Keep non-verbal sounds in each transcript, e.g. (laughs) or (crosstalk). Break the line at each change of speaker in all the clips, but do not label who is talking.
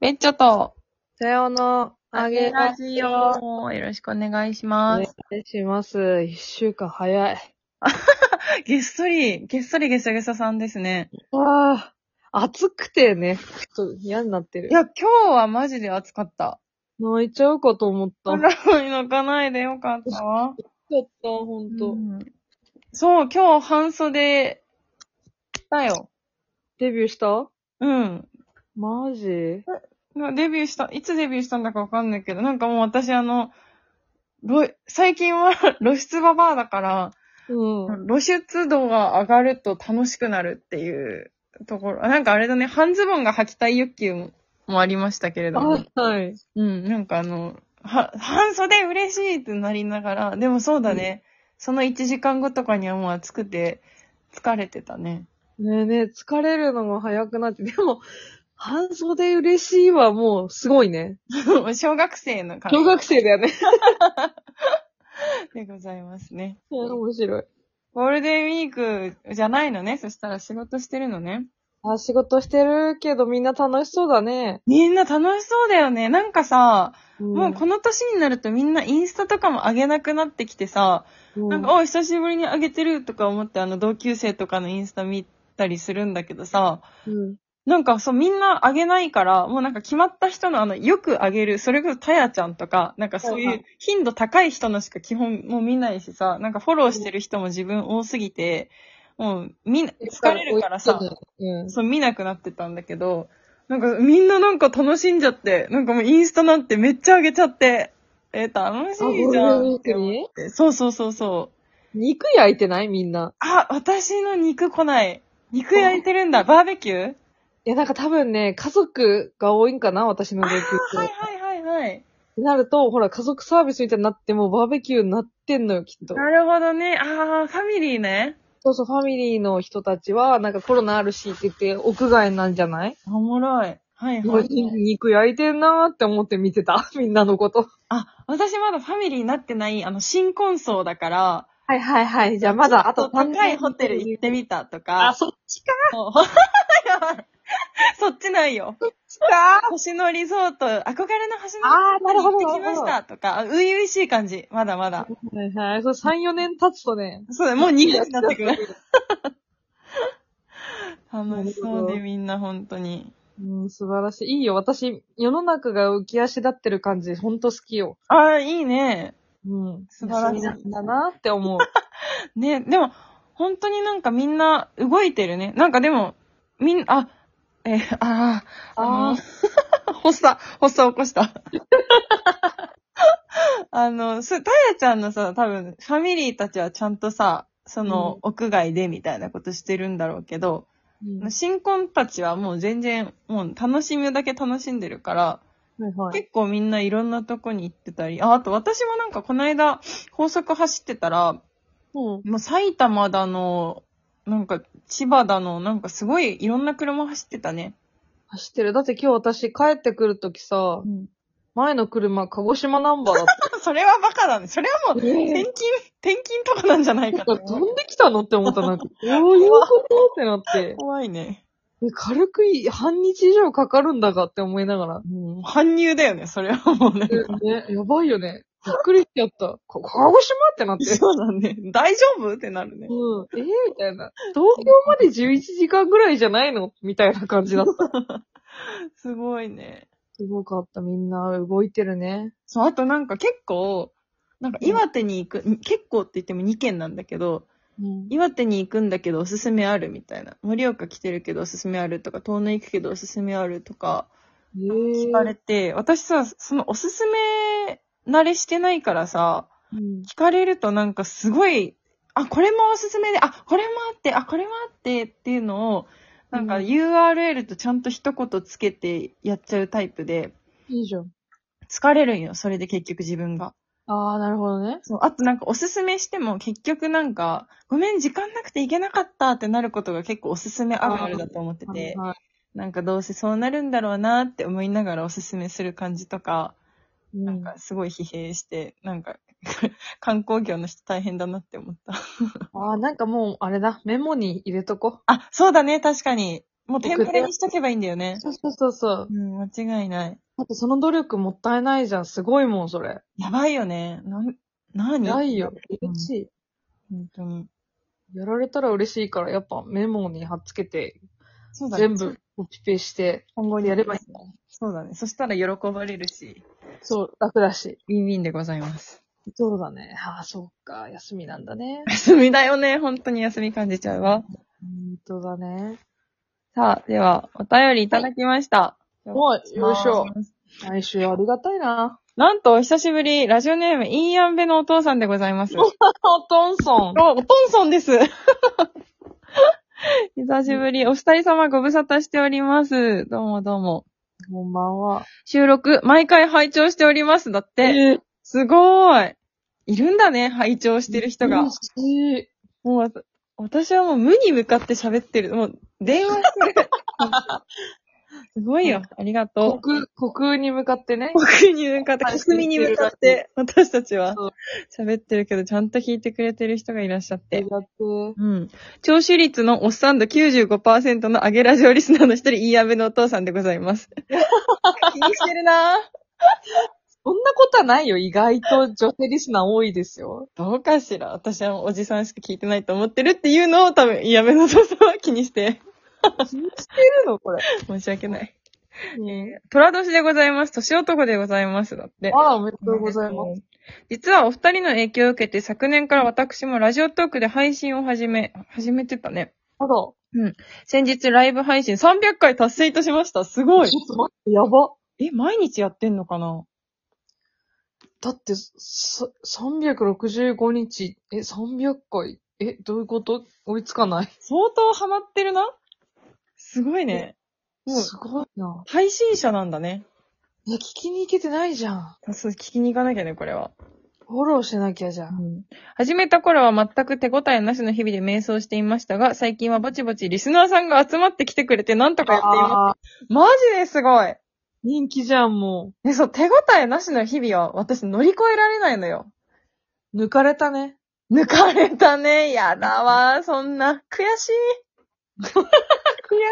ベッチョと、
さようなら、あげラジオ。お
よろしくお願いしま
願
す。
いします。一週間早い。
げっそり、げっそりげっさげささんですね。
わあ、暑くてね、ちょっと嫌になってる
い。や、今日はマジで暑かった。
泣いちゃうかと思った。
(laughs) あ
ち
ら、泣かないでよかったわ。
ょっと、ほんと。
うんそう、今日半袖、だよ。
デビューした
うん。
マジ
デビューした、いつデビューしたんだかわかんないけど、なんかもう私あの、露最近は (laughs) 露出ババアだから、
うん。
露出度が上がると楽しくなるっていうところ。あなんかあれだね、半ズボンが履きたい欲求ももありましたけれども。
あはい。
うん、なんかあの、は、半袖嬉しいってなりながら、でもそうだね、その1時間後とかにはもう暑くて、疲れてた (laughs) ね。
ねえねえ、疲れるのが早くなって、でも、半袖嬉しいはもうすごいね。
小学生の感
小学生だよね。
じでございますね。
面白い。
ゴールデンウィークじゃないのね。そしたら仕事してるのね。
あ、仕事してるけどみんな楽しそうだね。
みんな楽しそうだよね。なんかさ、もう
こ
この年になるとみんなインスタとかも上げなくなってきてさ、なんか、おい、久しぶりに上げてるとか思って、あの、同級生とかのインスタ見たりするんだけどさ、
うん。
なんかそう、みんな上げないから、もうなんか決まった人のあの、よく上げる、それこそたやちゃんとか、なんかそう
はい
い
は
う頻度高い人のしか基本もう見ないしさ、なんかフォローしてる人も自分多すぎて、もうみんな疲れるからさ、
うん。
そう見なくなってたんだけど、なんかみんななんか楽しんじゃって、なんかもうインスタなんてめっちゃ上げちゃって、え楽しいじゃん
あゴールデンウ
っ
ィーク
て
に
思って。そうそうそうそう。
肉焼いてないみんな。
あ、私の肉来ない。肉焼いてるんだ。バーベキューはい
いや、なんか多分ね、家族が多いんかな、私の同級生。っ
はいはいはい。
てなると、ほら、家族サービスみたいになって、もうバーベキューになってんのよ、きっと。
なるほどね。あー、ファミリーね。
そうそう、ファミリーの人たちは、なんかコロナあるしって言って、屋外なんじゃない
おもろい。はい
も
は
う
い。
肉焼いてんなーって思って見てた、 (laughs) みんなのこと。
あ、私まだファミリーになってない、あの、新婚層だから、
はいはいはい。じゃあまだ、あと
高いホテル行ってみたとか。
あ、そっちか
そうやばいそっちないよ。
ー
星野リゾート、憧れの星野
あー、な
リ
る
ゾート
ほど。
に行ってきまし
な
たとか、あ初々しい感じ。まだまだ。
るほど。はいはい。そう、3、4年経つとね、
そう (laughs) だ、もう2月になってくる。楽し
なる
そう
ほ
で
ど
みんな本当に。
うん、素晴らしい。いいよ。私、世の中が浮き足立ってる感じ、ほんと好きよ。
ああ、いいね。
うん。
素晴らしい
休みなんだなって思う。
ね、でも、本当になんかみんな動いてるね。なんかでも、みん、あ、えー、ああ、あ
あ
あ、 (laughs) 発作、発作起こした。 (laughs) あの、そう、たやちゃんのさ、多分、ファミリーたちはちゃんとさ、その
うん、
屋外でみたいなことしてるんだろうけど、
うんは
新婚たちはもう全然、もう楽しむだけ楽しんでるから、
いはい。
結構みんないろんなとこに行ってたり、あ、あと私もなんかこの間、高速走ってたら、
うん。
もう埼玉だの、なんか千葉だの、なんかすごいいろんな車走ってたね。 (laughs)
走ってる。だって今日私帰ってくるときさ、前の車、鹿児島ナンバーだっ
それはバカだね。それはもう
た。え
転勤、転勤とかなんじゃないかと思う
飛んできたのって思った (laughs) なんか、どういうことってなって、
怖いね。
え軽くい半日以上かかるんだがって思いながら。
もう搬入だよね、それはもうなんか。
えね、やばいよね。びっくりしちゃった。か鹿児島ってなって。
そうだね。大丈夫ってなるね。
うん。ええみたいな。東京まで11時間ぐらいじゃないのみたいな感じだった。
すごいね。
すごかった。みんな動いてるね。
そう、あとなんか結構、なんか岩手に行く、結構って言っても2軒なんだけど、
うん。
岩手に行くんだけどおすすめあるみたいな。盛岡来てるけどおすすめあるとか、遠野行くけどおすすめあるとか、
ええ
聞かれて、私さ、そのおすすめ慣れしてないからさ、
うん。
聞かれるとなんかすごい、あ、これもおすすめで、あ、これもあって、あ、これもあってっていうのを、なんか
うん
URL とちゃんと一言つけてやっちゃうタイプで、
いいじゃん。
疲れるんよ、それで結局自分が。
ああ、なるほどね。
そう、あとなんかおすすめしても結局なんか、ごめん、時間なくて行けなかったってなることが結構おすすめあるあるだと思ってて、
は
なんかどうせそうなるんだろうなって思いながらおすすめする感じとか、
い。
なんかすごい疲弊して、なんか (laughs) 観光業の人大変だなって思った。 (laughs)
うん、ああ、なんかもう、あれだ。メモに入れとこ。
あ、そうだね、確かに。もうテンプレにしとけばいいんだよね。
そうそうそうそう。
うん、間違いない。
だってその努力もったいないじゃん。すごいもん、それ。
やばいよね。なん、なに
ないよ。。嬉しい。
本当に。
やられたら嬉しいから、やっぱメモに貼っつけて、
そうだね。
全部コピペして、今後にやればいいんだ。
そうだね。そしたら喜ばれるし、
そう、楽だし。
ウィンウィンでございます。
そうだね。ああ、そうか。休みなんだね。
休みだよね。本当に休み感じちゃうわ。
本当だね。
さあ、では、お便りいただきました。
おい、よいしょ
ま。
来週ありがたいな。
なんと、お久しぶり、ラジオネーム、インアンベのお父さんでございます。お、
おとんそん。
おトンソンです。 (laughs) 久しぶり、お二人様ご無沙汰しております。どうもどうも。
こんばんは。
収録、毎回拝聴しております。だって、
え、
すごーい。いるんだね、拝聴してる人が
嬉。しい。
もうわた、私はもう無に向かって喋ってる。もう、電話する。すごいよ。ありがとう。
国、国に向かってね。
国に向かって、
はい
国民に向かって、私たちは
そう
喋ってるけど、ちゃんと聞いてくれてる人がいらっしゃっ
や
て。
って。
うん。聴取率のおっさん度95%の上げラジオリスナーの一人、いいアベのお父さんでございます。 (laughs) 気にしてるなぁ
そんなことはないよ。意外と女性リスナー多いですよ。
どうかしら私はおじさんしか聞いてないと思ってるっていうのを多分、いいアベのお父さんは気にして。
気にしてるのこれ。
申し訳ない。
ね、
虎年でございます。年男でございます。だって。
ああ、おめでとうございます。
す。実はお二人の影響を受けて昨年から私もラジオトークで配信を始め、始めてたね。
ただ、ちょ
先日ライブ配信300回達成いたしました。すご
っ
い。
と待って、やば。
え、毎日やってんのかな
だって、さ365日、え、300回、え、どういうこと追いつかない。
相当ハマってるなすごいね。もう、
すごいな。
配信者なんだね。
え、聞きに行けてないじゃん。
そう、聞きに行かなきゃね、これは。
フォローしなきゃじゃん。
始めた頃は全く手応えなしの日々で瞑想していましたが、最近はぼちぼちリスナーさんが集まってきてくれてなんとかやっています。
あー
マジですごい
人気じゃん、も
ね、そう、手応えなしの日々は私乗り越えられないのよ。
う。抜かれたね。
抜かれたね。やだわ。そんな。悔しい。
悔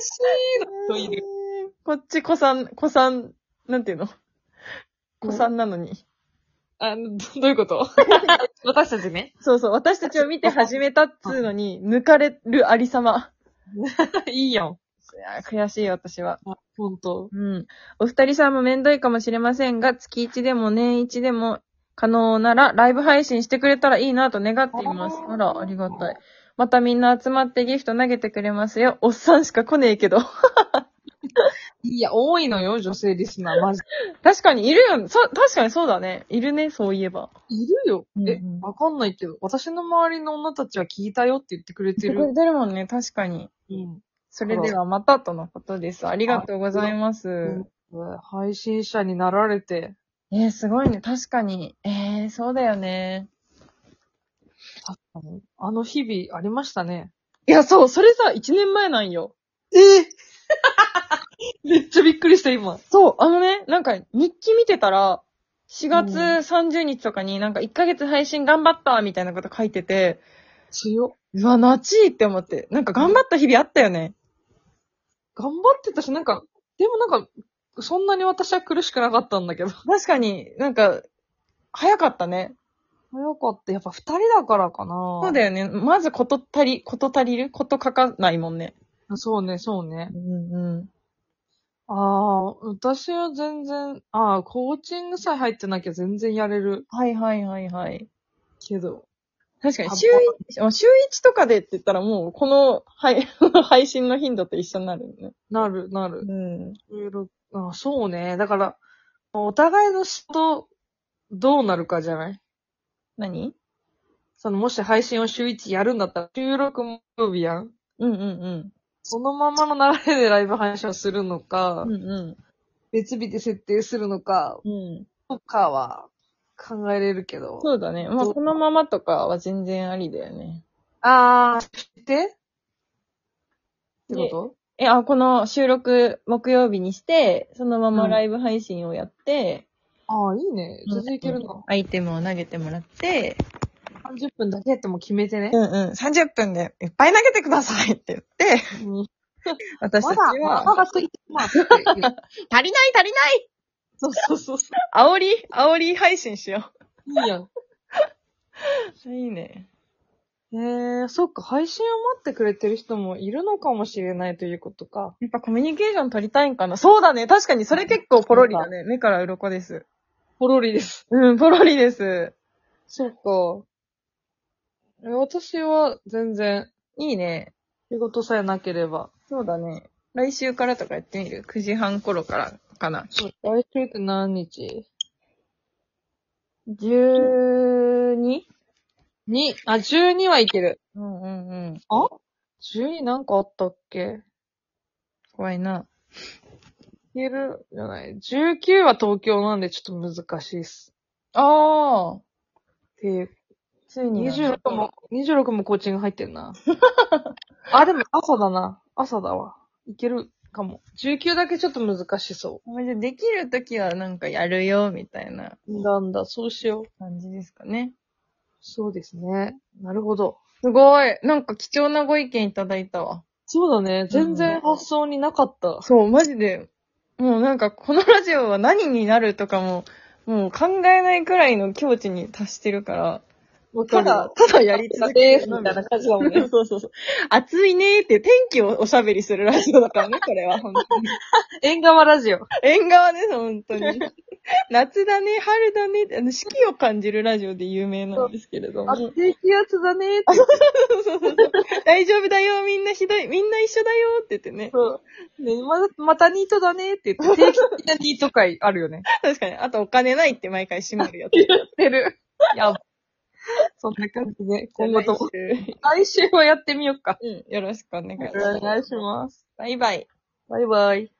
しという
こっち子さん、子さん、なんていうの子さんなのに。
あの、ど (laughs) どういうこと私たちね。
そうそう。私たちを見て始めたっつうのに、抜かれるありさま。
いいやん。
いや悔しい、私は。
ほんと。
うん。お二人さんもめんどいかもしれませんが、月1でも年1でも可能なら、ライブ配信してくれたらいいなと願っています。
あー
あら、ありがたい。またみんな集まってギフト投げてくれますよ。おっさんしか来ねえけど。 (laughs)
いや、多いのよ、女性リスナー。マジ。
確かにいるよ。そ、確かにそうだね。いるね、そういえば。
いるよ。え
うんうん、
わかんないけど、私の周りの女たちは聞いたよって言ってくれて
出
る。
るもんね、確かに。
うん。
それではまたとのことです。ありがとうございます。
配信者になられて、
えー、すごいね。確かに。えー、そうだよね。
確かにあの日々ありましたね。
いや、そう、それさ、1年前なんよ。
えめっちゃびっくりした、今。
そう、あのね、なんか日記見てたら、4月
うん
30日とかになんか1ヶ月配信頑張ったみたいなこと書いてて、
強。
うわ、なちいって思って。なんか頑張った日々あったよね。
頑張ってたし、なんか、でもなんか、そんなに私は苦しくなかったんだけど。
確かになんか、早かったね。
早かった。やっぱ二人だからかな。
そうだよね。まずこと足り、こと足りること書かないもんね。
そうね、そうね。
うんうん。
ああ、私は全然、ああ、コーチングさえ入ってなきゃ全然やれる
はいはいはいはい。
けど。
確かに
あ
週一、あ週一とかでって言ったらもうこの、はい、 (laughs) 配信の頻度と一緒になるね。
なる、なる。
ん。
いろいろあそうね。だから、お互いの仕事、どうなるかじゃない
何
その、もし配信を週1やるんだったら、収録も曜日やん。
うんうんうん。
そのままの流れでライブ配信をするのか、
うんう
別日で設定するのか、
ん。うん。
とかは考えれるけど。
そうだね。まあ、
どう
このままとかは全然ありだよね。
ああ、してってこと
え、あ、この収録木曜日にして、そのまま
うん
ライブ配信をやって、
ああ、いいね。全然いける
うん
の。
アイテムを投げてもらって、
30分だけっても決めてね
う。んうん、30分でいっぱい投げてくださいって言って、
うん
(laughs) 私た
ま
ち
だ、
は、
まだ食いつますって言う。
足りない足りない
(laughs) そうそうそうそ
煽り、煽り配信しよ
う。いいやん。
う。いいね。
えー、そっか、配信を待ってくれてる人もいるのかもしれないということか。
やっぱコミュニケーション取りたいんかな。そうだね。確かにそれ結構ポロリだね。目から鱗です。
ポロリです。
うん、ポロリです。
そっか。え私は全然、
いいね。
仕事さえなければ。
そうだね。来週からとかやってみる ?9 時半頃からかな。
来週って何日
12?
に、あ、12はいける。
うんうんうん。
あ ?12 なんかあったっけ
怖いな。
いけるじゃない。19は東京なんでちょっと難しいっす。
ああ。
っていう
ついに。
26も、26もコーチング入ってん (laughs) な。あ、でも朝だな。朝だわ。いけるかも。19だけちょっと難しそ
まあじゃあできるときはなんかやるよ、みたいな
う。なんだ、そうしよう。
感じですかね。
そうですね。なるほど。
すごい。なんか貴重なご意見いただいたわ。
そうだね。全然発想になかった。
そう、マジで。もうなんかこのラジオは何になるとかも、もう考えないくらいの境地に達してるから、
わか
た
る
だ
わ、
ただやり続け
で
て
す、
る
みたいな感じだもん
(laughs)
ね。
そうそうそう。暑いねーって天気をおしゃべりするラジオだからね、これは。本 (laughs) 当に。
(laughs) 縁側ラジオ。
縁側です、本当に。夏だね、春だねって、あの、四季を感じるラジオで有名なんですけれども。
あ、低気圧だねーって。
そうそうそうそう。 (laughs) 大丈夫だよ、みんなひどい、みんな一緒だよって言ってね。
そう。ね、ま、またニートだねーって言って、定期的なニート会あるよね。
確かに。あとお金ないって毎回閉めるやつ。
てる。やば。そんな感じで、 (laughs) 今後とも。
来週
来週はやってみようか。
うん、よろしくお願いし
よろし
ま
くお願いし
す。
ます。
バイバイ。
バイバイ。